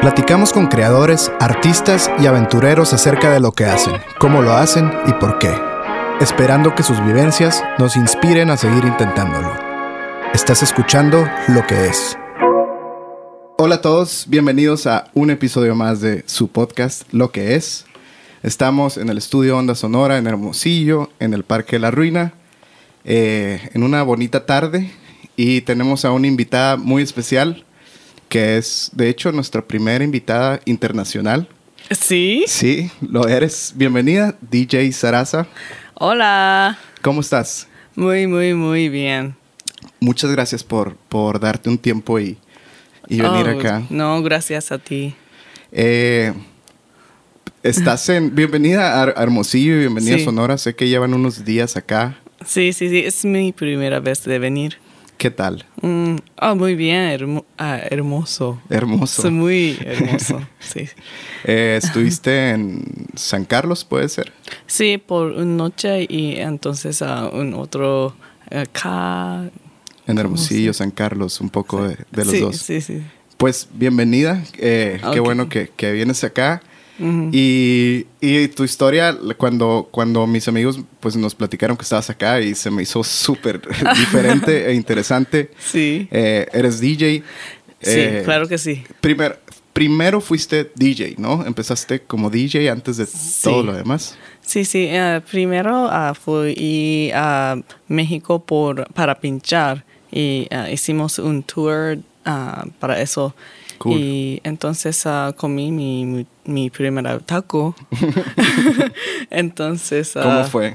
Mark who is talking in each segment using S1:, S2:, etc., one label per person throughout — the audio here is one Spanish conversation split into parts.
S1: Platicamos con creadores, artistas y aventureros acerca de lo que hacen, cómo lo hacen y por qué, esperando que sus vivencias nos inspiren a seguir intentándolo. Estás escuchando lo que es. Hola a todos, bienvenidos a un episodio más de su podcast Lo que es. Estamos en el estudio Onda Sonora, en Hermosillo, en el Parque de la Ruina, eh, en una bonita tarde y tenemos a una invitada muy especial que es de hecho nuestra primera invitada internacional.
S2: Sí.
S1: Sí, lo eres. Bienvenida, DJ Sarasa.
S2: Hola.
S1: ¿Cómo estás?
S2: Muy, muy, muy bien.
S1: Muchas gracias por, por darte un tiempo y, y venir
S2: Oh,
S1: acá.
S2: No, gracias a ti.
S1: Eh, estás en. Bienvenida a, a Hermosillo y bienvenida
S2: Sí.
S1: a Sonora. Sé que llevan unos días acá.
S2: Sí, sí, sí. Es mi primera vez de venir.
S1: ¿Qué tal?
S2: Mm, oh, muy bien. hermo- ah, hermoso.
S1: Hermoso.
S2: Es muy hermoso. sí.
S1: Eh, estuviste en San Carlos, puede ser.
S2: Sí, por una noche y entonces a un otro acá.
S1: En Hermosillo, San Carlos, un poco de, de los
S2: sí,
S1: dos.
S2: Sí, sí.
S1: Pues bienvenida. eh, Qué
S2: Ah, Ok.
S1: bueno que, que vienes acá. y, y tu historia, cuando, cuando mis amigos pues, nos platicaron que estabas acá y se me hizo súper diferente e interesante.
S2: Sí.
S1: Eh, eres DJ.
S2: Sí,
S1: eh,
S2: claro que sí.
S1: primer- primero fuiste DJ, ¿no? Empezaste como DJ antes de todo lo demás.
S2: Sí, sí. eh, primero ah, fui a México por, para pinchar y ah, hicimos un tour ah, para eso.
S1: Cool.
S2: Y entonces ah, comí mi, mi, mi primera taco. entonces... ah,
S1: ¿Cómo fue?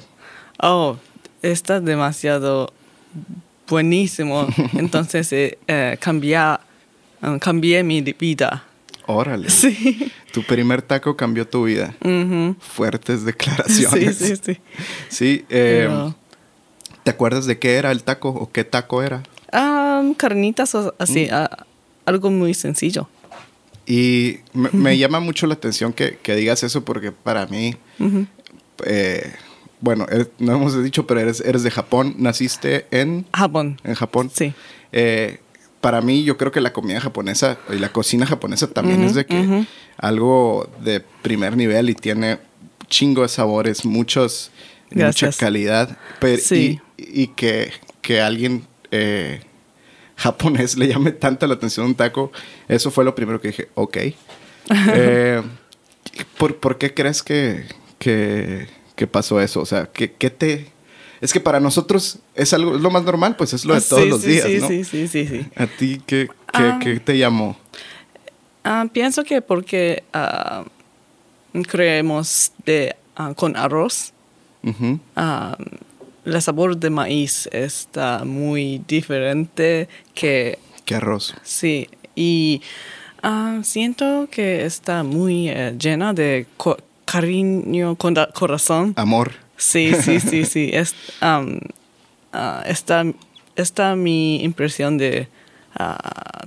S2: Oh, está demasiado buenísimo. Entonces eh, eh, cambia- eh, cambié mi vida.
S1: Órale.
S2: Sí.
S1: Tu primer taco cambió tu vida.
S2: Ujú.
S1: Fuertes
S2: Sí,
S1: declaraciones.
S2: sí, sí.
S1: Sí, eh,
S2: Pero-
S1: ¿Te acuerdas de qué era el taco o qué taco era?
S2: Am, carnitas o así,
S1: Mm.
S2: ah, algo muy sencillo.
S1: Y me, me llama mucho la atención que, que digas eso porque para mí, eh, bueno, eres- no hemos dicho, pero eres, eres de Japón, naciste en,
S2: Jabón.
S1: en Japón.
S2: Sí.
S1: Eh, para mí, yo creo que la comida japonesa y la cocina japonesa también es de que algo de primer nivel y tiene chingo de sabores, muchos, mucha
S2: Gracias.
S1: calidad. Pero,
S2: Sí.
S1: Y, y que, que alguien eh, japonés le llame tanta la atención a un taco, eso fue lo primero que dije, ok. Eh, ¿por, por qué crees que, que, que pasó eso? O sea, ¿qué, qué te...? Es que para nosotros es algo es lo más normal, pues es lo de
S2: Ah,
S1: todos
S2: sí,
S1: los
S2: sí,
S1: días,
S2: sí,
S1: ¿no?
S2: Sí, sí, sí, sí.
S1: ¿A ti qué, qué-
S2: Ah.
S1: qué te llamó?
S2: Ah, pienso que porque ah, creemos de, ah, con arroz,
S1: Ujú.
S2: ah, el sabor de maíz está muy diferente que
S1: ¿Qué arroz?
S2: sí. Y ah, siento que está muy eh, llena de co- cariño, conda- corazón.
S1: Amor.
S2: Sí, sí, sí, sí. Es, um, am, ah, esta, esta mi impresión de ah,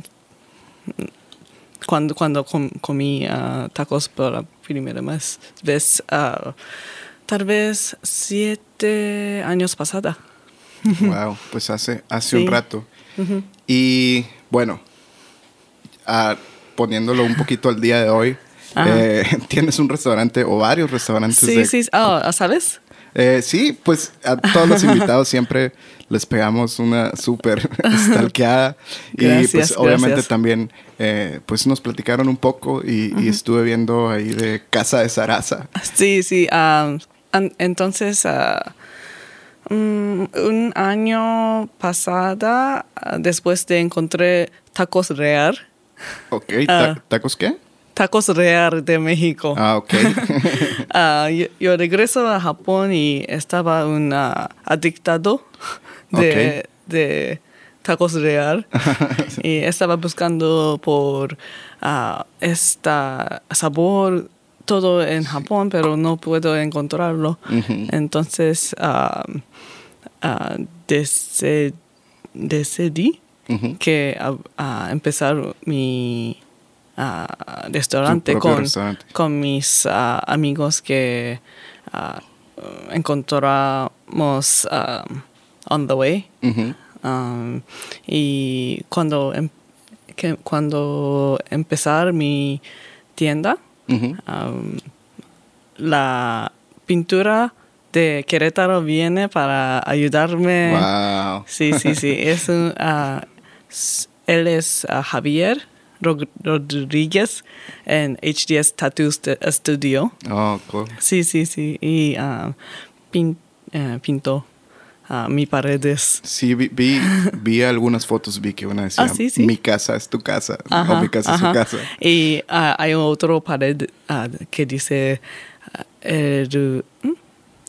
S2: cuando, cuando com- comí ah, tacos por la primera mes- vez, ah, tal vez siete años pasada.
S1: wow, pues hace, hace un
S2: Sí.
S1: rato. Y bueno, ah, poniéndolo un poquito al día de hoy,
S2: Ajá.
S1: eh, tienes un restaurante o varios restaurantes
S2: Sí,
S1: de
S2: sí, ah, ¿sabes?
S1: Eh, sí, pues a todos los invitados siempre les pegamos una súper stalkeada. Y
S2: Gracias,
S1: pues
S2: gracias.
S1: obviamente también eh, pues nos platicaron un poco y, y estuve viendo ahí de Casa de Sarasa.
S2: Sí, sí. am, an- entonces, ah, mm, un año pasada, ah, después de encontré tacos real,
S1: Ok, ta-
S2: Ah.
S1: ¿tacos qué?
S2: Tacos Real de México.
S1: Ah, ok.
S2: Ah, yo, yo regreso a Japón y estaba un ah, adictado de, de Tacos Real. y estaba buscando por ah, esta sabor todo en Japón, pero no puedo encontrarlo. Entonces ah, ah, dese- decidí
S1: Ujú.
S2: que a, a empezar mi ah, restaurante
S1: propio
S2: con,
S1: restaurante.
S2: con mis ah, amigos que ah, encontramos ah, on the way.
S1: Ujú.
S2: Um, y cuando em- que cuando empezar mi tienda,
S1: Ujú.
S2: um, la pintura de Querétaro viene para ayudarme.
S1: Wow.
S2: Sí, sí, sí. Es un, ah, s- él es ah, Javier Rog- Rodríguez en HDS Tattoo Stu- Studio.
S1: Oh, cool.
S2: Sí, sí, sí. Y ah, pin- eh, pintó ah, mis paredes.
S1: Sí, vi, vi, vi algunas fotos, vi que una decía,
S2: Ah, sí, sí.
S1: mi casa es tu casa, o
S2: Ajá,
S1: mi casa
S2: ajá.
S1: es tu casa.
S2: Y ah, hay otro pared ah, que dice ah, el- ¿m?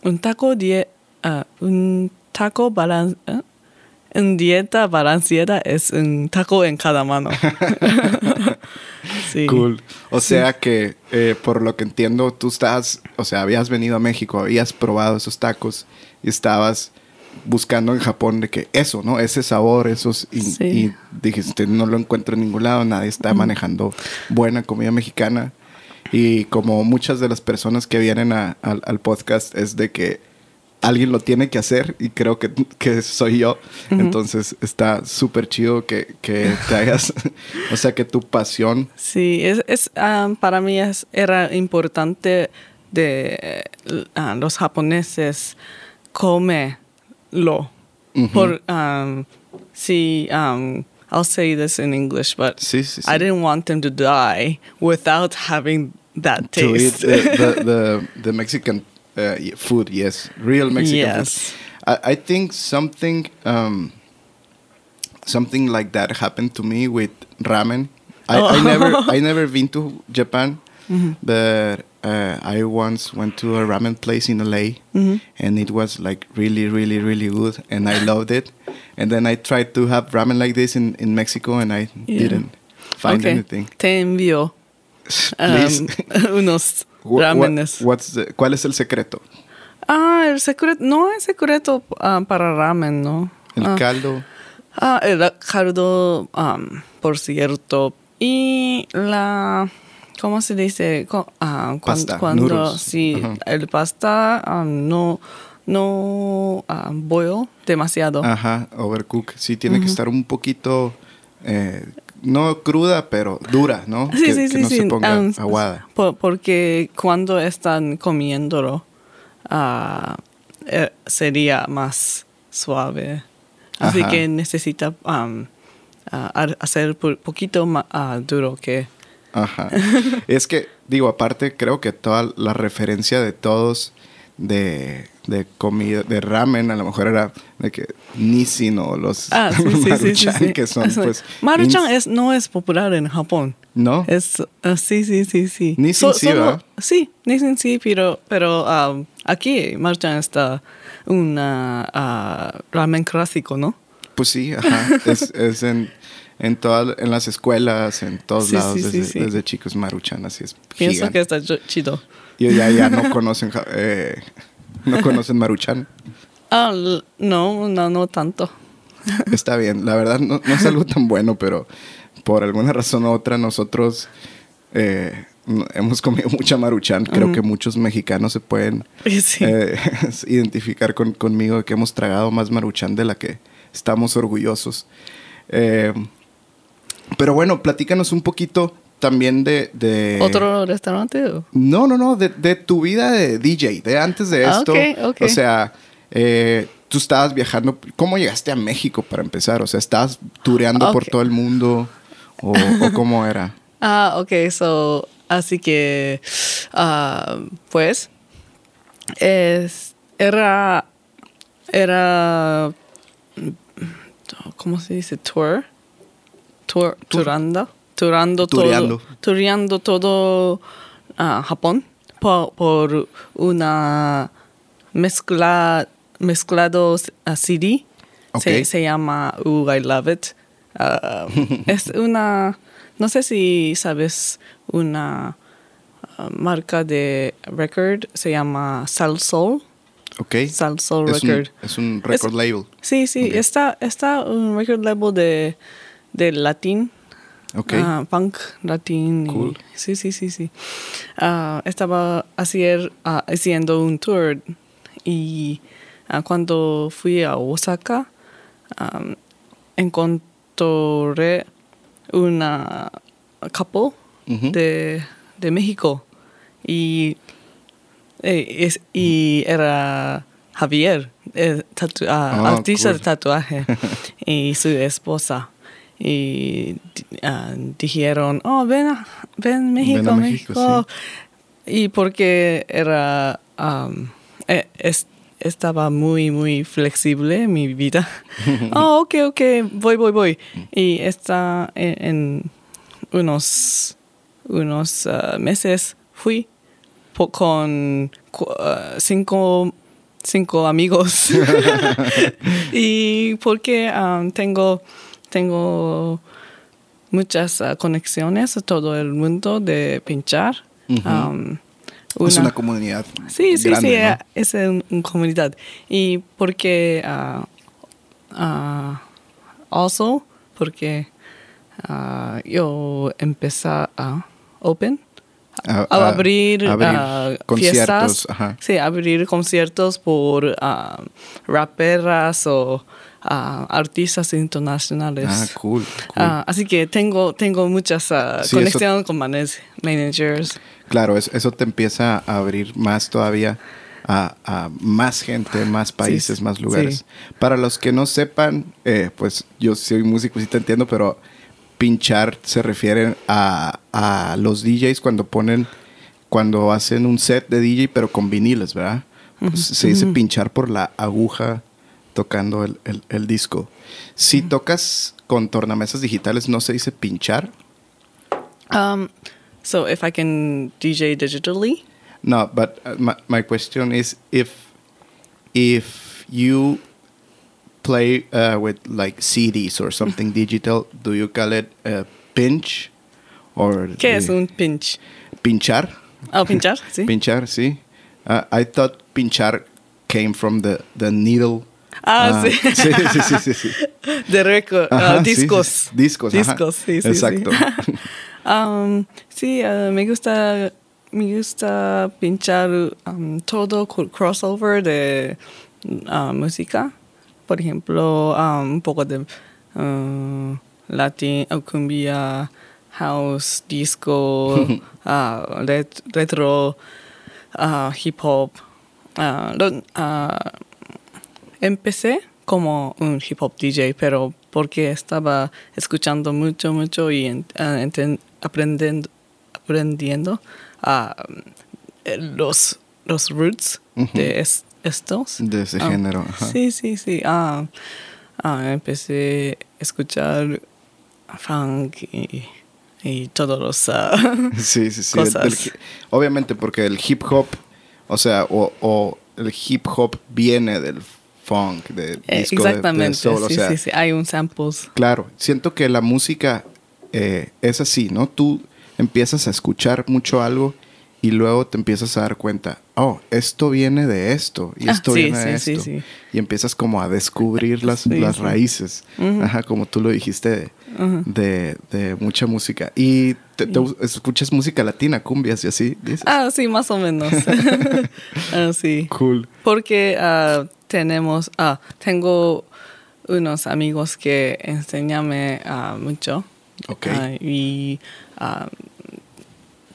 S2: un taco die- ah, un taco balan ¿eh? un dieta balanceada es un taco en cada mano. sí.
S1: Cool. O sea que, eh, por lo que entiendo, tú estás, o sea, habías venido a México, habías probado esos tacos y estabas buscando en Japón de que eso, ¿no? Ese sabor, esos... Y,
S2: Sí.
S1: y dijiste, no lo encuentro en ningún lado, nadie está manejando buena comida mexicana. Y como muchas de las personas que vienen a- al- al podcast es de que alguien lo tiene que hacer y creo que, que soy yo. Entonces está súper chido que, que te hagas, o sea, que tu pasión
S2: Sí, es, es, ah, para mí es- era importante de eh, ah, los japoneses come lo. Por um, sí, um, I'll say this in English, but
S1: Sí, sí,
S2: I
S1: sí.
S2: didn't want them to die without having that
S1: to eat uh,
S2: taste.
S1: the, the, the, the Mexican uh, y- food, yes, real Mexican
S2: Yes.
S1: food. I, I think something um, something like that happened to me with ramen. I,
S2: Oh.
S1: I never I never been to Japan,
S2: Mm-hmm.
S1: but uh, I once went to a ramen place in LA,
S2: Mm-hmm.
S1: and it was like really really really good, and I loved it. And then I tried to have ramen like this in, in Mexico, and I
S2: Yeah.
S1: didn't find
S2: Okay,
S1: anything.
S2: Te envío
S1: Please.
S2: um, unos
S1: Wha- wha-
S2: ramenes.
S1: what's the- ¿Cuál es el secreto?
S2: Ah, el secreto, no hay secreto ah, para ramen, ¿no?
S1: El
S2: Ah,
S1: caldo.
S2: Ah, el caldo, am, por cierto. Y la. ¿Cómo se dice? Co- ah, cuan-
S1: Pasta,
S2: cuando,
S1: noodles.
S2: sí,
S1: Ajá.
S2: el pasta am, no, no am, boil demasiado.
S1: Ajá, overcook. Sí, tiene que estar un poquito, eh, no cruda, pero dura, ¿no?
S2: Sí,
S1: que
S2: sí,
S1: que
S2: sí,
S1: no se
S2: sí,
S1: ponga
S2: am,
S1: aguada.
S2: po- porque cuando están comiéndolo, ah, eh, sería más suave. Así
S1: Ajá.
S2: que necesita am, ah, ar- hacer un poquito más duro que.
S1: Ajá. es que, digo, aparte, creo que toda la referencia de todos de, de comida, de ramen, a lo mejor era de que Nissin o los
S2: Ah, sí, sí, sí, sí,
S1: Maruchan,
S2: sí.
S1: que son,
S2: Eso.
S1: pues.
S2: Maruchan
S1: ins- Oh.
S2: es, no es popular en Japón.
S1: ¿No?
S2: Es, ah, sí, sí, sí, sí.
S1: Nissin sí, ¿verdad?
S2: sí, Nissin sí, pero, pero ah, aquí Maruchan está una ah, ramen clásico, ¿no?
S1: Pues sí, ajá. es es en, en, todas en las escuelas, en todos
S2: Sí,
S1: lados,
S2: sí, sí,
S1: desde,
S2: sí.
S1: desde chicos maruchan, así es.
S2: Pienso
S1: gigante.
S2: que está ch- chido.
S1: Y ya, ya no conocen, ja- eh, no conocen maruchan.
S2: Ah, l- no, no, no tanto.
S1: Está bien, la verdad no, no es algo tan bueno, pero por alguna razón u otra nosotros eh, no- hemos comido mucha maruchan. Creo que muchos mexicanos se pueden
S2: Sí.
S1: eh, identificar con, conmigo de que hemos tragado más maruchan de la que estamos orgullosos. Eh, pero bueno, platícanos un poquito también de... de-
S2: ¿Otro restaurante? o?
S1: No, no, no, de, de tu vida de DJ, de antes de
S2: Ah,
S1: esto.
S2: ok, ok.
S1: O sea, eh, tú estabas viajando. ¿Cómo llegaste a México para empezar? O sea, ¿estabas tureando por
S2: Ok.
S1: todo el mundo? ¿O, o cómo era?
S2: Ah, ok, so, así que, ah, pues, es- era, era, mm, ¿cómo se dice? Tour, tour, turanda, turando
S1: Tureando.
S2: todo, tureando todo ah, Japón por, por una mezcla, mezclado ah, CD,
S1: Ok.
S2: se, se llama Ooh, I Love It. Ah, es una, no sé si sabes, una ah, marca de record, se llama Sal Soul.
S1: ¿Ok?
S2: Sal Soul
S1: es, un,
S2: Record.
S1: es un record
S2: Es-
S1: label.
S2: Sí, sí,
S1: Ok.
S2: está, está un record label de, de latín.
S1: Ok.
S2: Ah, punk latín. y-
S1: Cool.
S2: sí, sí, sí, sí. Ah, estaba hacier- ah, haciendo un tour y ah, cuando fui a Osaka, ah, encontré una couple
S1: Ujú.
S2: de, de México y, eh, es- y era Javier, eh, tatu- ah,
S1: Ah,
S2: artista de
S1: cool.
S2: tatuaje, y su esposa. Y di- ah, dijeron, oh, ven a, ven México,
S1: México,
S2: México. Y porque era, am, e- es- estaba muy, muy flexible mi vida. oh, ok, ok, voy, voy, voy. Y está en, en unos, unos ah, meses fui po- con cu- ah, cinco, cinco amigos. y porque am, tengo, tengo muchas ah, conexiones a todo el mundo de pinchar.
S1: Ujú.
S2: Am,
S1: Es
S2: una-
S1: una comunidad.
S2: Sí, sí,
S1: grande,
S2: sí,
S1: ¿no?
S2: eh, es una comunidad. Y porque, ah, ah, also, porque ah, yo empecé a open, a,
S1: A- a-
S2: abrir,
S1: abrir
S2: ah,
S1: conciertos,
S2: fiestas,
S1: ajá.
S2: sí, abrir conciertos por ah, raperas o ah, artistas internacionales.
S1: Ah, cool. cool.
S2: Ah, así que tengo, tengo muchas ah,
S1: Sí, eso-
S2: conexiones con manag- managers.
S1: Claro, es- eso te empieza a abrir más todavía a, a más gente, más países,
S2: sí,
S1: más lugares.
S2: sí.
S1: Para los que no sepan, eh, pues yo soy músico, sí te entiendo, pero pinchar se refiere a, a los DJs cuando ponen, cuando hacen un set de DJ, pero con viniles, ¿verdad? Pues se dice pinchar por la aguja tocando el, el- el disco. Si tocas con tornamesas digitales, no se dice pinchar.
S2: Um, so if I can DJ digitally,
S1: No, but uh, my, my question is if if you play uh, with like CDs or something digital, do you call it a pinch or
S2: ¿qué es
S1: the-
S2: un pinch?
S1: pinchar?
S2: Oh, pinchar, sí.
S1: Pinchar, sí. Uh, I thought pinchar came from the the needle. Uh,
S2: Ah, sí.
S1: sí, sí, sí, sí, sí.
S2: De récord,
S1: Ajá, sí, sí,
S2: discos.
S1: sí. Discos, ajá.
S2: Discos, sí, sí.
S1: Exacto.
S2: Sí, Um, sí ah, me gusta, me gusta pinchar um, todo cro- crossover de ah, música. Por ejemplo, ah, un poco de ah, latin, ah, cumbia, house, disco, ah, ret- retro, ah, hip hop. Ah, lo- ah, Empecé como un hip hop DJ, pero porque estaba escuchando mucho, mucho y en- ah, enten- aprendiendo, aprendiendo ah, eh, los, los roots de es- estos.
S1: De ese
S2: Ah,
S1: género, ajá.
S2: Sí, sí, sí. Ah, ah, empecé a escuchar funk y, y todos los... ah,
S1: Sí, sí, sí.
S2: cosas.
S1: del hi- obviamente, porque el hip hop, o sea, o, o el hip hop viene del funk, de
S2: eh,
S1: disco, de- de
S2: exactamente,
S1: soul, o
S2: sí,
S1: sea,
S2: sí, sí. Hay un samples.
S1: Claro, siento que la música eh, es así, ¿no? Tú empiezas a escuchar mucho algo y luego te empiezas a dar cuenta, oh, esto viene de esto y
S2: Ah,
S1: esto
S2: sí,
S1: viene de
S2: sí, sí,
S1: esto.
S2: sí.
S1: Y empiezas como a descubrir las,
S2: Sí,
S1: las
S2: sí.
S1: raíces, Ajá, como tú lo dijiste, de, de- de mucha música. Y te, te escuchas música latina, cumbias y así, dices.
S2: Ah, sí, más o menos. ah, sí.
S1: Cool.
S2: Porque ah, tenemos, ah, tengo unos amigos que enseñame ah, mucho.
S1: Ok.
S2: Ah, y ah,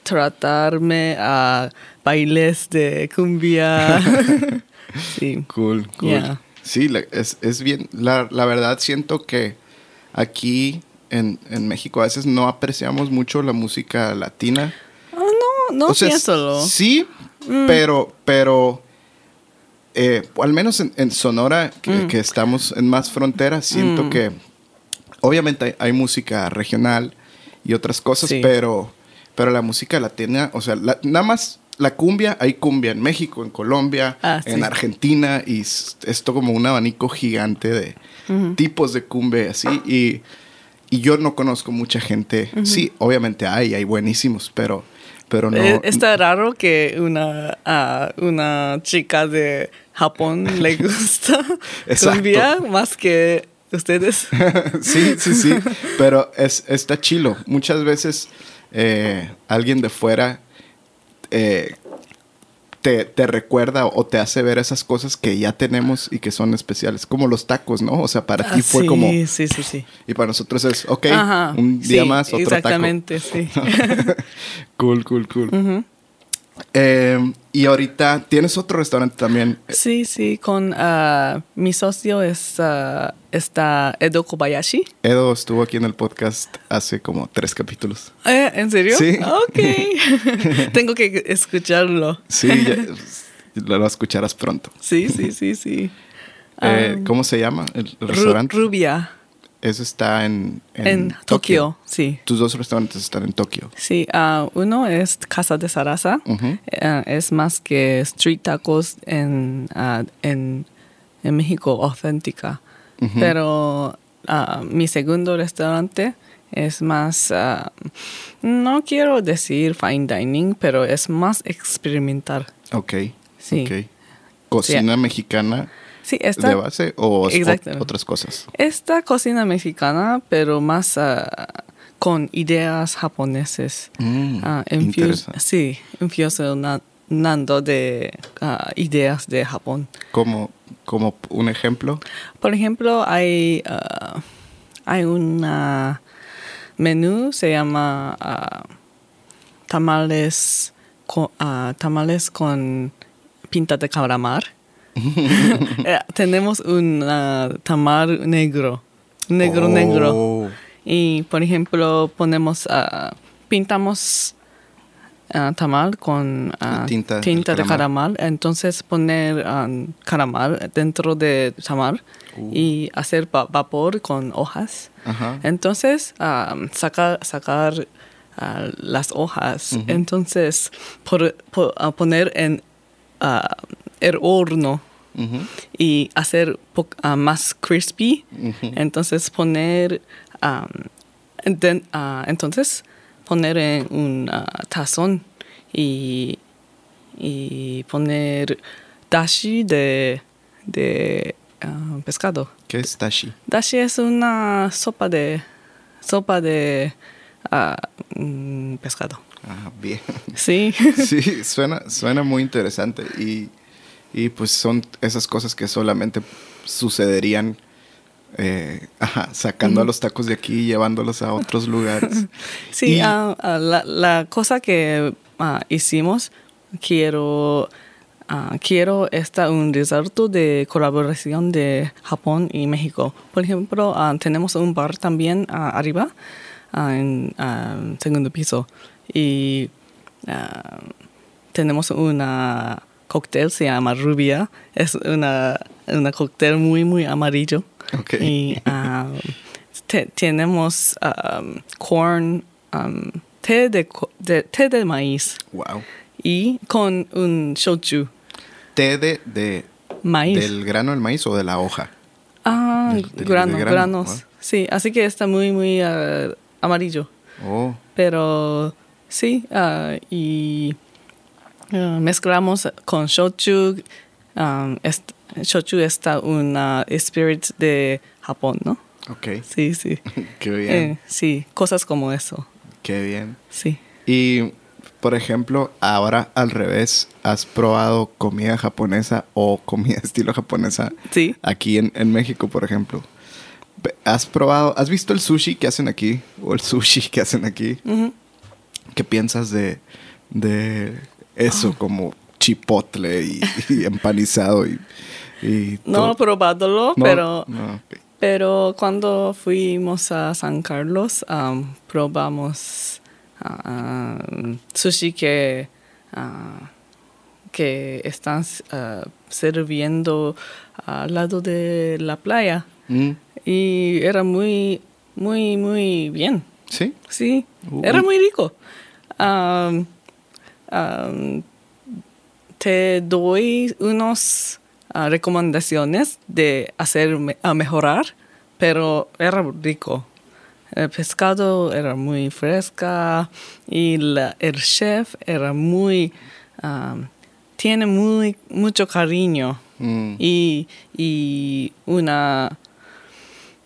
S2: tratarme a bailes de cumbia. sí.
S1: Cool, cool.
S2: Yeah.
S1: Sí, la- es, es bien. La, la verdad, siento que aquí en, en México a veces no apreciamos mucho la música latina.
S2: Ah, no, no
S1: O sea,
S2: piénsalo. Mm.
S1: Sí, pero, pero eh, al menos en, en Sonora, que,
S2: Mm.
S1: que estamos en más fronteras, siento que obviamente hay, hay música regional y otras cosas,
S2: Sí.
S1: pero, pero la música latina, o sea, la- nada más la cumbia, hay cumbia en México, en Colombia,
S2: Ah,
S1: en
S2: sí.
S1: Argentina, y s- esto como un abanico gigante de tipos de cumbia y así. Y, y yo no conozco mucha gente. Sí, obviamente hay, hay buenísimos, pero, pero no.
S2: Eh, Está raro que una, ah, una chica de Japón le gusta
S1: Exacto.
S2: cumbia más que ustedes.
S1: sí, sí, sí. Pero es, está chilo. Muchas veces eh, alguien de fuera eh, te, te recuerda o te hace ver esas cosas que ya tenemos y que son especiales, como los tacos, ¿no? O sea, para
S2: Ah,
S1: ti fue
S2: sí,
S1: como...
S2: Sí, sí, sí.
S1: Y para nosotros es, ok,
S2: Ajá,
S1: un día
S2: sí,
S1: más, otro
S2: Exactamente, sí.
S1: taco. cool, cool, cool. Eh, y ahorita tienes otro restaurante también.
S2: Sí, sí, con ah, mi socio es ah, está Edo Kobayashi.
S1: Edo estuvo aquí en el podcast hace como tres capítulos.
S2: Eh, ¿En serio?
S1: Sí.
S2: Ok. Tengo que escucharlo.
S1: Sí, ya- lo escucharás pronto.
S2: Sí, sí, sí, sí.
S1: Eh,
S2: Ah,
S1: ¿Cómo se llama el, el
S2: Ru-
S1: restaurante?
S2: Rubia,
S1: Eso está en, en,
S2: en, Tokio. sí.
S1: Tus dos restaurantes están en Tokio.
S2: Sí, ah, uno es Casa de Sarasa.
S1: Ujú.
S2: Eh, es más que street tacos en, ah, en, en México auténtica.
S1: Ujú.
S2: Pero ah, mi segundo restaurante es más, ah, no quiero decir fine dining, pero es más experimental.
S1: Ok.
S2: Sí.
S1: ok. ¿Cocina mexicana
S2: Sí, esta,
S1: de base o, o-
S2: Exacto.
S1: otras cosas?
S2: esta cocina mexicana, pero más ah, con ideas japoneses.
S1: Mm,
S2: Ah, infus-
S1: interesante.
S2: sí, infusionando de ah, ideas de Japón.
S1: Como, como un ejemplo.
S2: Por ejemplo, hay, ah, hay un menú, se llama ah, tamales, con, tamales con pinta de calamar. Eh, tenemos un ah, tamal negro, negro,
S1: Oh,
S2: negro. Y, por ejemplo, ponemos, ah, pintamos ah, tamal con ah,
S1: Tinta
S2: de
S1: del calamar.
S2: caramel. Entonces, poner um, caramel dentro de tamal
S1: Uh.
S2: y hacer va- vapor con hojas.
S1: Ajá.
S2: Entonces, um, saca- sacar ah, las hojas. Entonces, por, por- ah, poner en ah, el horno
S1: Ujú.
S2: y hacer po- ah, más crispy.
S1: Ujú.
S2: Entonces poner, am, enten- ah, entonces poner en un ah, tazón y, y poner dashi de, de ah, pescado.
S1: ¿Qué es Tashi?
S2: Dashi es una sopa de sopa de ah, mm, pescado.
S1: Ah, bien.
S2: Sí.
S1: Sí, suena, suena muy interesante. Y, y, pues son esas cosas que solamente sucederían eh, ajá, sacando a los tacos de aquí y llevándolos a otros lugares.
S2: Sí,
S1: Y-
S2: ah, ah, la, la cosa que ah, hicimos, quiero, ah, quiero esta, un desarrollo de colaboración de Japón y México. Por ejemplo, ah, tenemos un bar también ah, arriba, ah, en ah, segundo piso, y ah, tenemos una cóctel, se llama Rubia, es una, una cóctel muy, muy amarillo.
S1: Ok.
S2: Y um, te- tenemos um, corn, um, té, de, co- de- té de maíz
S1: wow.
S2: y con un shochu,
S1: ¿Té de, de-
S2: maíz.
S1: del grano del maíz o de la hoja?
S2: ah,
S1: del- del-
S2: grano,
S1: del grano,
S2: granos.
S1: wow.
S2: Sí, así que está muy, muy ah, amarillo.
S1: Oh,
S2: Pero sí, ah, y ah, mezclamos con shochu. um, est- shochu está un spirit de Japón, ¿no?
S1: ok.
S2: Sí, sí.
S1: Qué bien.
S2: Eh, sí, cosas como eso.
S1: Qué bien.
S2: Sí.
S1: Y, por ejemplo, ahora al revés, ¿has probado comida japonesa o comida estilo japonesa
S2: Sí.
S1: aquí en, en México, por ejemplo? Pe- ¿Has probado, has visto el sushi que hacen aquí o el sushi que hacen aquí?
S2: Ujú.
S1: ¿Qué piensas de, de eso
S2: Ah.
S1: como chipotle y, y empanizado y, y
S2: No he
S1: todo?
S2: probado,
S1: No,
S2: pero,
S1: no, ok.
S2: pero cuando fuimos a San Carlos, um, probamos ah, um, sushi que, ah, que están ah, sirviendo al lado de la playa.
S1: Mm,
S2: Y era muy, muy, muy bien.
S1: ¿Sí?
S2: Sí,
S1: Uh.
S2: era muy rico. Am, am, te doy unas recomendaciones de hacer me- a mejorar, pero era rico. El pescado era muy fresca y la- el chef era muy am, tiene muy mucho cariño
S1: Mm,
S2: y, y una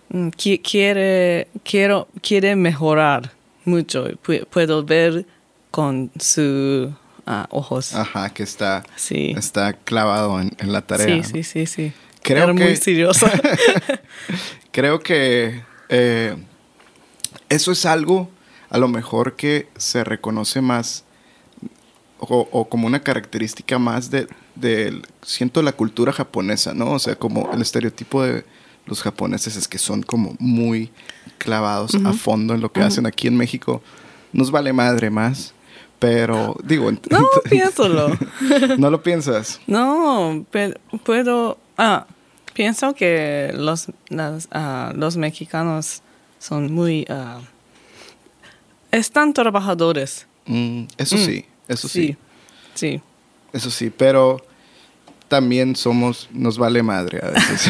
S2: mm, qui- quiere quiero quiere mejorar mucho Pu- puedo ver con su ah, ojos.
S1: Ajá, que está,
S2: Sí.
S1: está clavado en, en la tarea.
S2: Sí, sí,
S1: ¿no?
S2: sí, sí.
S1: Creo
S2: Era
S1: que-
S2: muy serioso.
S1: Creo que eh, eso es algo a lo mejor que se reconoce más o, o como una característica más de, del- siento, la cultura japonesa, ¿no? O sea, como el estereotipo de los japoneses es que son como muy clavados a fondo en lo que hacen aquí en México. Nos vale madre más, pero digo, ent-
S2: no,
S1: ent-
S2: piénsalo.
S1: no lo piensas.
S2: No, pero puedo. Ah, pienso que los, las, ah, los mexicanos son muy. ah, están trabajadores.
S1: Mm, eso
S2: Mm,
S1: sí, eso sí.
S2: sí. Sí.
S1: Eso sí, pero también somos, nos vale madre a veces.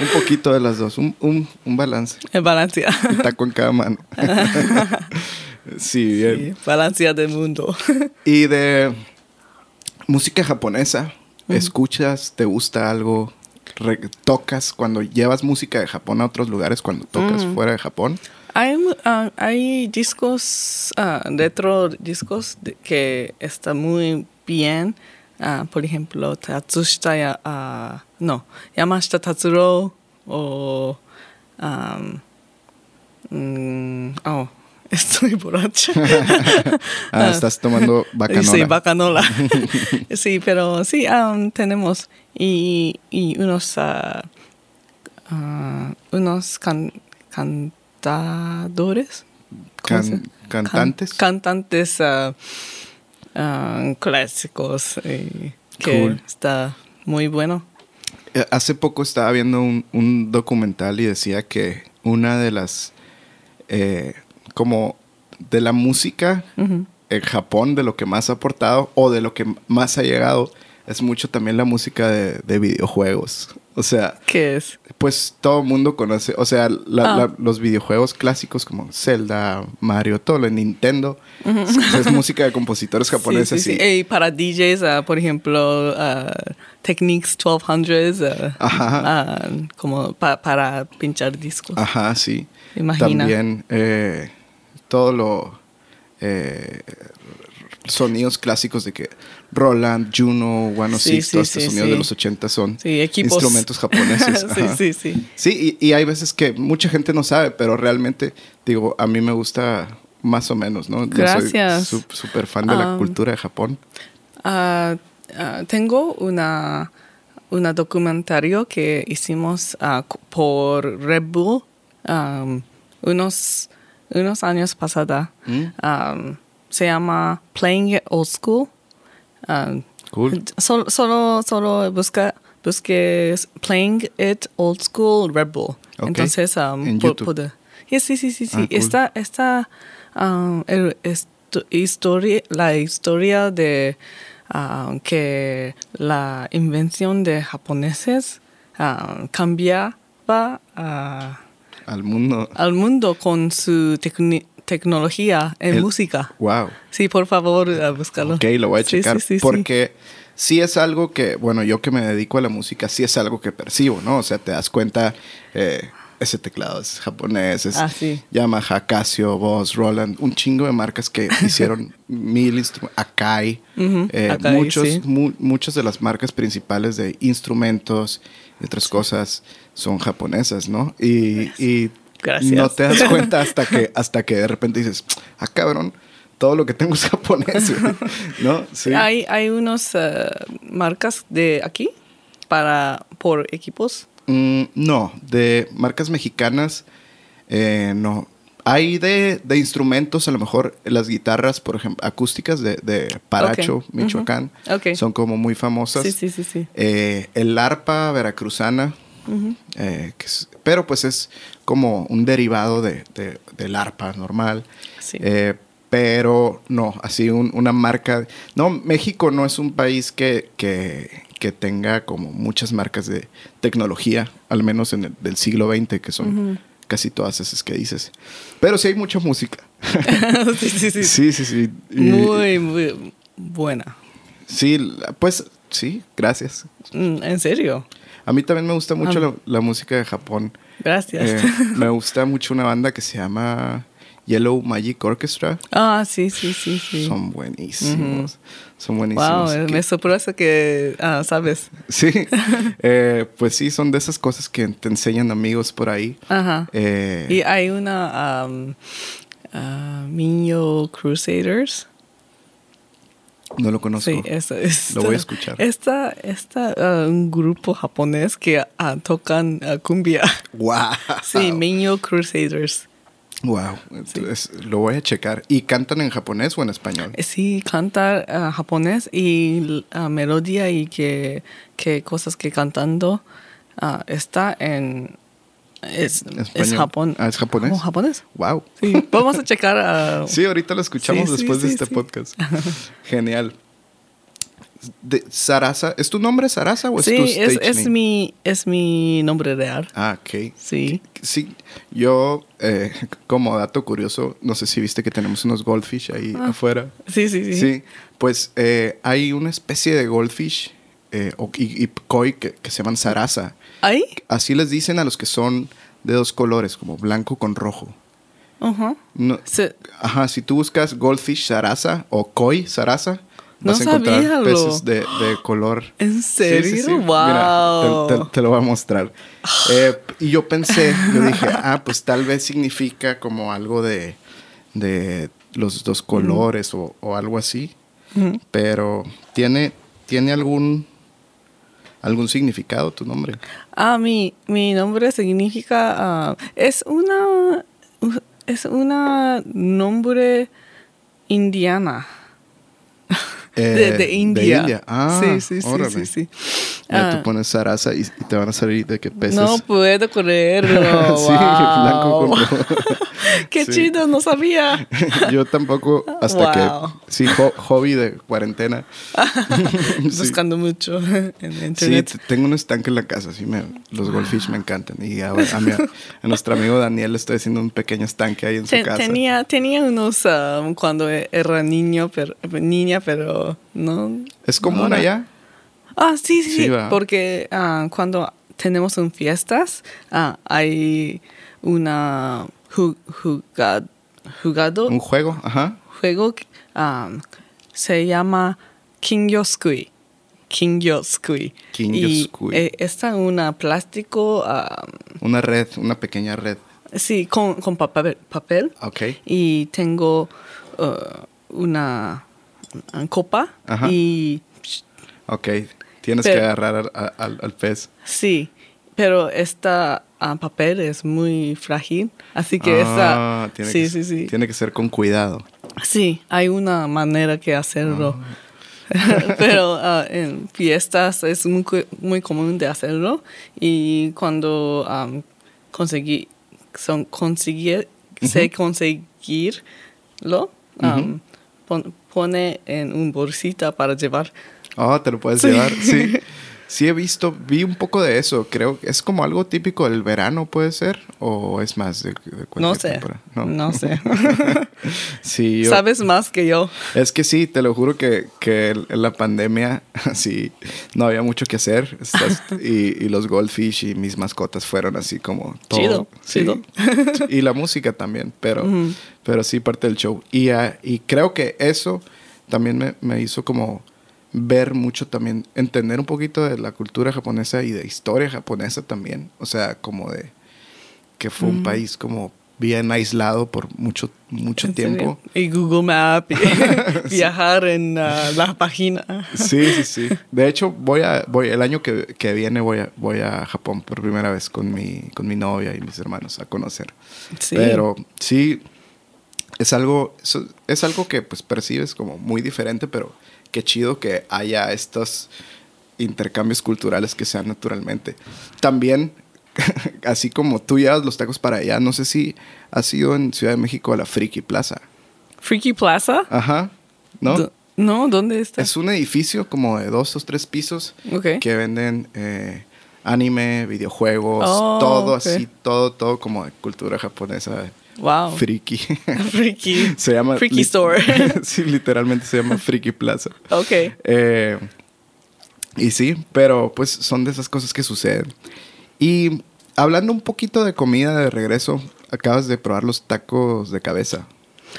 S1: un poquito de las dos, un, un- un balance,
S2: Es balancea.
S1: un taco en cada mano. sí, bien.
S2: Sí, balancea del mundo.
S1: Y de música japonesa, ¿escuchas, te gusta algo? Re- ¿Tocas cuando llevas música de Japón a otros lugares, cuando tocas
S2: Mm.
S1: fuera de Japón?
S2: Hay, mu- ah, hay discos, ah, retro discos de- que están muy bien. Ah, por ejemplo, Tatsushita, ya- ah, no, Yamashita Tatsuro o... am, mm, oh, estoy borracha.
S1: Ah, estás tomando bacanola.
S2: Sí, bacanola. sí, pero sí, am, tenemos y, y unos, ah, ah, unos can- cantadores. ¿Cómo se
S1: Can-
S2: llama?
S1: ¿Cantantes?
S2: Can- cantantes ah, ah, clásicos y que
S1: Cool.
S2: está muy bueno.
S1: Eh, Hace poco estaba viendo un, un documental y decía que una de las, eh, como de la música
S2: Ujú.
S1: en Japón, de lo que más ha aportado o de lo que más ha llegado, es mucho también la música de, de videojuegos. O sea,
S2: ¿Qué es?
S1: pues todo el mundo conoce, o sea, la-
S2: Ah.
S1: la- los videojuegos clásicos como Zelda, Mario, todo lo de Nintendo, es, es música de compositores japoneses.
S2: Sí, sí,
S1: y-
S2: sí. Y para DJs, ah, por ejemplo, ah, Techniques 1200, ah,
S1: Ajá.
S2: ah, como pa- para pinchar discos.
S1: Ajá, sí.
S2: Imagina.
S1: También eh, todo lo eh, sonidos clásicos de que Roland, Juno, One
S2: Sí, sí,
S1: todos estos
S2: sí,
S1: sonidos
S2: sí.
S1: de los 80 son
S2: Sí, equipos.
S1: instrumentos japoneses. Ajá.
S2: sí, sí, sí.
S1: Sí, y, y hay veces que mucha gente no sabe, pero realmente, digo, a mí me gusta más o menos, ¿no?
S2: Gracias.
S1: Yo soy súper fan de la
S2: Ah.
S1: cultura de Japón.
S2: Ah, ah, tengo una, una documentario que hicimos ah, c- por Red Bull um, unos, unos años pasada.
S1: ¿Mm?
S2: Um, se llama Playing It Old School. Um,
S1: Cool.
S2: Sol- solo, solo busca, busques Playing It Old School Red Bull.
S1: Ok.
S2: Entonces, um,
S1: En
S2: po-
S1: YouTube.
S2: pod- Sí, sí, sí, sí. sí.
S1: Ah, cool.
S2: Está, está um, el esto- histori- la historia de um, que la invención de japoneses um, cambiaba ah,
S1: Al mundo.
S2: al mundo con su tecni- tecnología en
S1: El-
S2: música.
S1: Wow.
S2: Sí, por favor, ah, búscalo.
S1: Ok, lo voy a
S2: Sí,
S1: checar.
S2: sí, sí, sí.
S1: porque sí. es algo que, bueno, yo que me dedico a la música, sí es algo que percibo, ¿no? O sea, te das cuenta, eh, ese teclado es japonés, es
S2: Ah, sí.
S1: Yamaha, Casio, Boss, Roland, un chingo de marcas que hicieron mil instrumentos, Akai,
S2: Ujú,
S1: eh,
S2: Akai,
S1: muchos,
S2: sí.
S1: mu- muchas de las marcas principales de instrumentos y otras cosas son japonesas, ¿no? Y, y
S2: Gracias.
S1: no te das cuenta hasta que, hasta que de repente dices, ah, cabrón, todo lo que tengo es japonés, güey". ¿no? Sí.
S2: Hay, hay unas marcas de aquí para por equipos.
S1: Mm, no, de marcas mexicanas, eh, no. Hay de, de instrumentos, a lo mejor las guitarras, por ejemplo, acústicas de, de Paracho,
S2: Ok.
S1: Michoacán,
S2: Ujú. Ok.
S1: son como muy famosas.
S2: Sí, sí, sí, sí.
S1: Eh, el arpa veracruzana, eh, que es- pero pues es como un derivado de, de- del arpa normal.
S2: Sí.
S1: Eh, pero no, así un- una marca. No, México no es un país que, que, que tenga como muchas marcas de tecnología, al menos en el del siglo XX, que son casi todas esas que dices. Pero sí hay mucha música.
S2: sí, sí, sí.
S1: sí, sí. sí. Y-
S2: Muy, muy buena.
S1: Sí, la- pues sí, gracias.
S2: Mm, en serio.
S1: A mí también me gusta mucho
S2: Ah.
S1: la, la música de Japón.
S2: Gracias.
S1: Eh, me gusta mucho una banda que se llama Yellow Magic Orchestra.
S2: Ah, sí, sí, sí, sí.
S1: Son buenísimos. Son
S2: wow,
S1: buenísimos. Que-
S2: me sorprende que ah, sabes.
S1: Sí, Eh, pues sí, son de esas cosas que te enseñan amigos por ahí.
S2: Ajá.
S1: Eh,
S2: Y hay una um, ah, Miño Crusaders.
S1: no lo conozco.
S2: Sí, esa es.
S1: Lo voy a escuchar.
S2: Esta, esta, ah, un grupo japonés que ah, tocan ah, cumbia.
S1: Wow.
S2: Sí, Miño Crusaders.
S1: Wow. Entonces, Lo voy a checar. ¿Y cantan en japonés o en español?
S2: Eh, Sí, canta ah, japonés y la melodía y que, que cosas que cantando ah, está en... Es, es
S1: Español.
S2: Japón.
S1: Ah, ¿es japonés?
S2: Como japonés.
S1: Wow.
S2: Sí, vamos a checar. ah,
S1: Sí, ahorita lo escuchamos
S2: Sí, sí,
S1: después de
S2: sí,
S1: este
S2: sí.
S1: podcast. Genial. De, Sarasa, ¿es tu nombre Sarasa o oh, es tu
S2: sí,
S1: stage
S2: es, es
S1: name?
S2: mi, es mi nombre real.
S1: Ah, ok.
S2: Sí.
S1: Sí, yo, eh, como dato curioso, no sé si viste que tenemos unos goldfish ahí
S2: Ah.
S1: afuera.
S2: Sí, sí,
S1: Sí,
S2: sí.
S1: pues eh, hay una especie de goldfish eh, o- y, y koi que, que se llaman sarasa.
S2: ¿Ahí?
S1: Así les dicen a los que son de dos colores, como blanco con rojo.
S2: Ajá.
S1: No-
S2: Se-
S1: ajá, si tú buscas goldfish sarasa o koi sarasa,
S2: No
S1: vas a encontrar
S2: sabía, lo.
S1: peces de, de color.
S2: ¿En
S1: Sí,
S2: serio?
S1: sí, sí. Mira,
S2: ¡Wow!
S1: te, te- te lo voy a mostrar. Eh, y yo pensé, yo dije, ah, pues tal vez significa como algo de, de los dos colores o- o, algo así. Pero tiene, tiene algún, algún significado tu nombre.
S2: Ah, mi, mi nombre significa... ah, es una... Es una nombre indiana.
S1: Eh,
S2: de, de India.
S1: Ah,
S2: sí, sí, sí,
S1: órale.
S2: sí, sí.
S1: Ya
S2: Ah.
S1: tú pones Sarasa y, y te van a salir de que peces.
S2: No puedo creerlo.
S1: sí, blanco
S2: wow.
S1: con rojo.
S2: Qué
S1: Sí.
S2: chido, no sabía.
S1: Yo tampoco, hasta
S2: Wow.
S1: que. Sí, ho- hobby de cuarentena. sí,
S2: Buscando mucho en
S1: sí,
S2: internet.
S1: t- tengo un estanque en la casa. Sí, me, los goldfish me encantan. Y a, a mi- a nuestro amigo Daniel le estoy haciendo un pequeño estanque ahí en su
S2: Ten-
S1: casa.
S2: tenía, tenía unos um, cuando e- era niño, pero, niña, pero no.
S1: ¿Es común
S2: ahora.
S1: allá?
S2: Ah, sí, sí,
S1: Sí,
S2: sí,
S1: va.
S2: porque ah, cuando tenemos un fiestas, ah, hay una ju- jugad- jugado,
S1: Un juego, ajá.
S2: juego que, um, se llama Kingyosukui. Kingyosukui.
S1: Kingyosukui.
S2: Y, eh, esta una plástico, um,
S1: Una red, una pequeña red.
S2: sí, con, con papel, papel.
S1: Ok.
S2: Y tengo uh, una, una copa
S1: Ajá.
S2: y
S1: Ok. Tienes
S2: Pero-
S1: que agarrar al, a- al- al pez.
S2: sí, pero esta ah, papel es muy frágil, así que
S1: Ah,
S2: esta
S1: tiene
S2: sí,
S1: que-
S2: sí, sí.
S1: Tiene que ser con cuidado.
S2: Sí, hay una manera que hacerlo. Pero ah, en fiestas es muy, cu- muy común de hacerlo. Y cuando am, conseguí, son, conseguí- sé conseguirlo, am, pon- pone en un bolsita para llevar.
S1: Ah, te lo puedes
S2: Sí.
S1: llevar. Sí. Sí he visto, vi un poco de eso. Creo que es como algo típico del verano, puede ser, o es más de, de cualquier
S2: No sé.
S1: temporada?
S2: No, sé.
S1: Sí, yo-
S2: Sabes más que yo.
S1: Es que sí, te lo juro que, que el- en la pandemia sí no había mucho que hacer. Estás- y, y los goldfish y mis mascotas fueron así como todo.
S2: Chido,
S1: sí.
S2: chido.
S1: Y la música también, pero, pero sí parte del show. Y, ah, y creo que eso también me, me hizo como ver mucho también, entender un poquito de la cultura japonesa y de historia japonesa también. O sea, como de que fue un país como bien aislado por mucho, mucho
S2: En serio.
S1: tiempo.
S2: Y Google Map, y viajar en ah, la página.
S1: Sí, sí, sí. De hecho, voy a, voy, el año que, que viene voy a, voy a Japón por primera vez con mi, con mi novia y mis hermanos a conocer.
S2: Sí.
S1: Pero sí, es algo, es, es algo que pues percibes como muy diferente, pero qué chido que haya estos intercambios culturales que sean naturalmente. También, así como tú llevas los tacos para allá, no sé si has ido en Ciudad de México a la Friki Plaza.
S2: Freaky Plaza.
S1: Ajá, ¿no?
S2: Do- No, ¿dónde está?
S1: Es un edificio como de dos o tres pisos
S2: Ok.
S1: que venden eh, anime, videojuegos,
S2: Oh,
S1: todo
S2: ok.
S1: así, todo, todo como de cultura japonesa
S2: Wow.
S1: friki.
S2: Freaky.
S1: se llama
S2: Freaky
S1: lit-
S2: Store. Oh,
S1: sí, literalmente se llama Friki Plaza.
S2: ok.
S1: Eh, y sí, pero pues son de esas cosas que suceden. Y hablando un poquito de comida de regreso, acabas de probar los tacos de cabeza.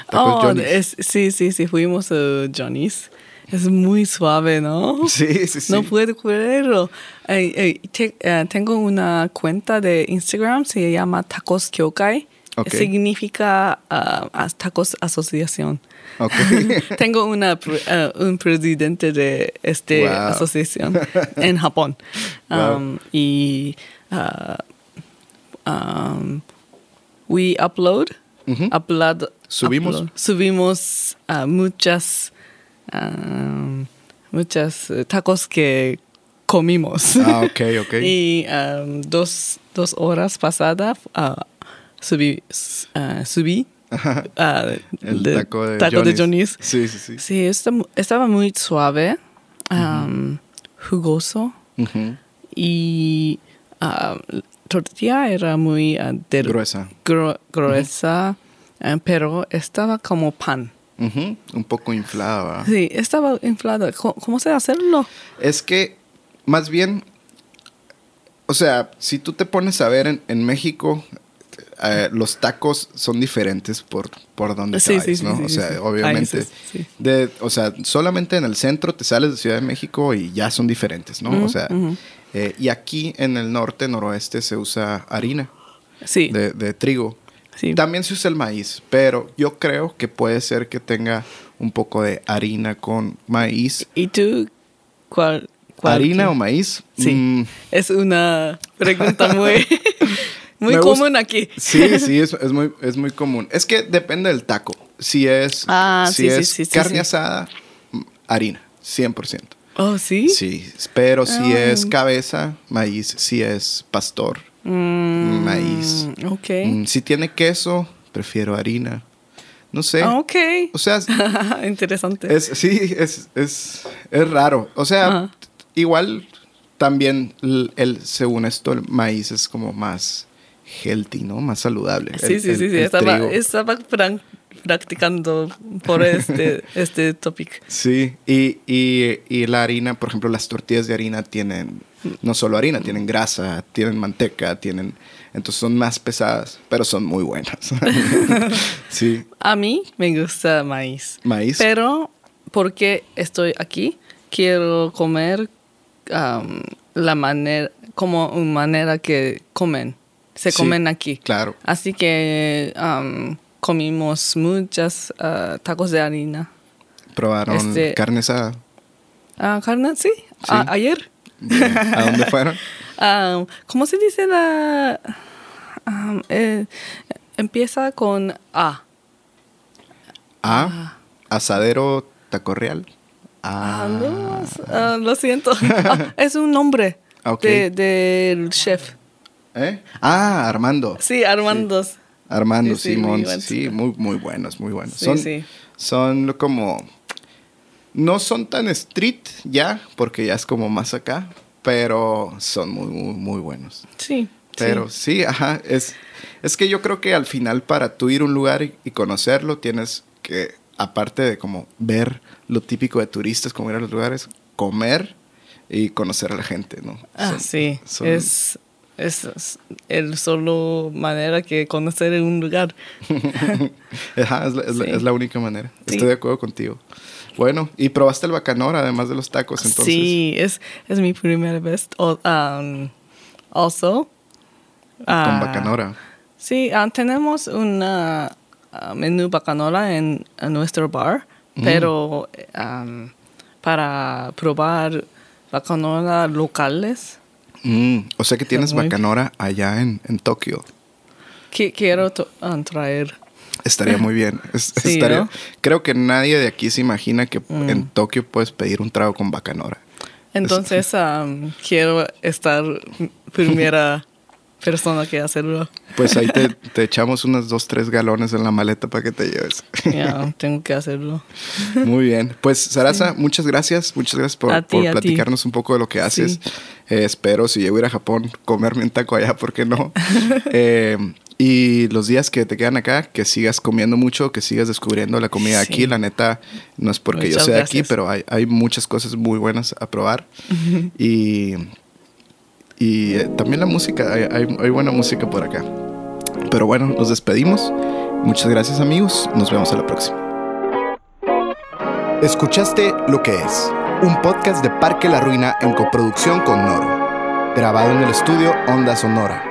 S1: Tacos
S2: Oh,
S1: Johnny's.
S2: es- sí, sí, sí, fuimos a Johnny's. Es muy suave, ¿no?
S1: Sí, sí, sí.
S2: No puedo creerlo. Ay, ay, te- eh, tengo una cuenta de Instagram, se llama Tacos Kyokai.
S1: Ok.
S2: Significa ah, as- Tacos Asociación.
S1: Ok.
S2: tengo una, pre- eh, un presidente de esta
S1: Wow.
S2: asociación en Japón.
S1: Wow.
S2: Um, Y ah, um, we upload, upload,
S1: Subimos.
S2: upload- subimos ah, muchas, um, muchas eh, tacos que comimos.
S1: Ah, ok, ok.
S2: Y um, dos, dos horas pasada ah, subí, s- ah, subí ah,
S1: El
S2: de-
S1: taco de Johnny's.
S2: Johnny's.
S1: Sí, sí, sí.
S2: Sí, está mu- estaba muy suave, um, jugoso
S1: Ujú.
S2: y ah, la tortilla era muy ah, del-
S1: Gruesa.
S2: gru- gruesa, eh, pero estaba como pan.
S1: Ujú. Un poco inflada. ¿verdad?
S2: Sí, estaba inflada. Co- ¿Cómo, se hacerlo?
S1: Es que, más bien, o sea, si tú te pones a ver en, en México, eh, los tacos son diferentes por, por donde
S2: Sí, sí,
S1: te vayas,
S2: sí,
S1: ¿no?
S2: sí,
S1: o
S2: sí,
S1: sea,
S2: sí. Ahí
S1: obviamente.
S2: sí, sí.
S1: De, o sea, solamente en el centro te sales de Ciudad de México y ya son diferentes, ¿no? O sea, eh, y aquí en el norte, noroeste, se usa harina
S2: Sí,
S1: de, de trigo.
S2: sí.
S1: También se usa el maíz, pero yo creo que puede ser que tenga un poco de harina con maíz.
S2: ¿Y tú cuál? cuál
S1: ¿Harina
S2: que-
S1: o maíz?
S2: Sí.
S1: Mm,
S2: Es una pregunta muy, muy
S1: Me gusta-
S2: común aquí.
S1: Sí, sí, es, es muy, es muy común. Es que depende del taco. Si es,
S2: Ah, sí,
S1: si
S2: sí,
S1: es
S2: sí, sí,
S1: carne
S2: sí.
S1: asada, mm, harina, 100%.
S2: Oh, sí.
S1: Sí, pero si es
S2: Ah.
S1: cabeza, maíz. Si es pastor,
S2: Mm,
S1: maíz.
S2: Ok.
S1: Mm, Si tiene queso, prefiero harina. No sé.
S2: Ah, ok.
S1: O sea,
S2: Interesante.
S1: es, sí, es, es, es raro. O sea,
S2: Ajá.
S1: t- igual también el, el- según esto, el maíz es como más healthy, ¿no? Más saludable.
S2: sí,
S1: El-
S2: sí,
S1: el-
S2: sí, sí.
S1: el
S2: Estaba,
S1: trigo.
S2: estaba pran- practicando por este, este topic.
S1: Sí, y, y- y la harina, por ejemplo, las tortillas de harina tienen no solo harina, tienen grasa, tienen manteca, tienen... Entonces son más pesadas, pero son muy buenas. sí,
S2: A mí me gusta maíz.
S1: maíz.
S2: Pero porque estoy aquí, quiero comer am, la manera, como una manera que comen, se
S1: Sí,
S2: comen aquí.
S1: claro.
S2: Así que am, comimos muchas ah, tacos de harina.
S1: Probaron
S2: este-
S1: carne asada.
S2: Ah, carne, sí, Ah, ayer.
S1: Bien. ¿A dónde fueron?
S2: Am, Ah, ¿Cómo se dice la...? am, eh, empieza con A.
S1: A Asadero Tacorreal.
S2: Ah,
S1: A
S2: no, s- ah, lo siento. Ah, es un nombre
S1: Ah, ok.
S2: de- del chef.
S1: ¿Eh? Ah, Armando.
S2: Sí, Armando.
S1: Armando,
S2: Sí, sí,
S1: Simón,
S2: muy buenos.
S1: sí, muy, muy buenos, muy buenos.
S2: Sí,
S1: son,
S2: sí.
S1: son como... No son tan street ya, porque ya es como más acá, pero son muy, muy, muy buenos.
S2: Sí.
S1: Pero
S2: sí.
S1: sí, ajá, es, es que yo creo que al final para tú ir a un lugar y, y conocerlo, tienes que, aparte de como ver lo típico de turistas, como ir a los lugares, comer y conocer a la gente, ¿no?
S2: Ah,
S1: Son-
S2: sí.
S1: son-
S2: Es, es, es el solo manera que conocer en un lugar.
S1: Ajá, es la, es la-
S2: Sí.
S1: es la única manera.
S2: Sí.
S1: Estoy de acuerdo contigo. Bueno, y probaste el bacanor además de los tacos, Pues entonces.
S2: Sí, es, es mi primera vez. O- um, also,
S1: Con
S2: ah,
S1: bacanora.
S2: Sí, ah, tenemos un menú bacanora en, en nuestro bar, pero um, para probar bacanora locales,
S1: Mm, o sea que tienes
S2: muy-
S1: bacanora allá en, en Tokio.
S2: qui- quiero to- ah, traer.
S1: Estaría muy bien. Es-
S2: Sí,
S1: estaría-
S2: ¿no? Mm.
S1: Creo que nadie de aquí se imagina que en Tokio puedes pedir un trago con bacanora.
S2: Entonces, um, quiero estar primera persona que hacerlo.
S1: Pues ahí te, te echamos unos dos, tres galones en la maleta para que te lleves.
S2: Ya, tengo que hacerlo.
S1: Muy bien. Pues, Sarasa, muchas gracias. Muchas gracias por,
S2: A ti,
S1: por
S2: a ti.
S1: platicarnos un poco de lo que haces. Eh, espero, si llego a ir a Japón, comerme un taco allá, ¿por qué no? Eh, y los días que te quedan acá, que sigas comiendo mucho, que sigas descubriendo la comida de
S2: Sí.
S1: aquí. La neta, no es porque yo
S2: Muchas
S1: sea de aquí,
S2: gracias.
S1: pero hay, hay muchas cosas muy buenas a probar. Y, y eh, también la música. Hay, hay- hay buena música por acá.
S3: Pero bueno, nos despedimos. Muchas gracias amigos. Nos vemos a la próxima.
S1: Escuchaste Lo que es, un podcast de Parque La Ruina en coproducción con Noro, grabado en el estudio Onda Sonora.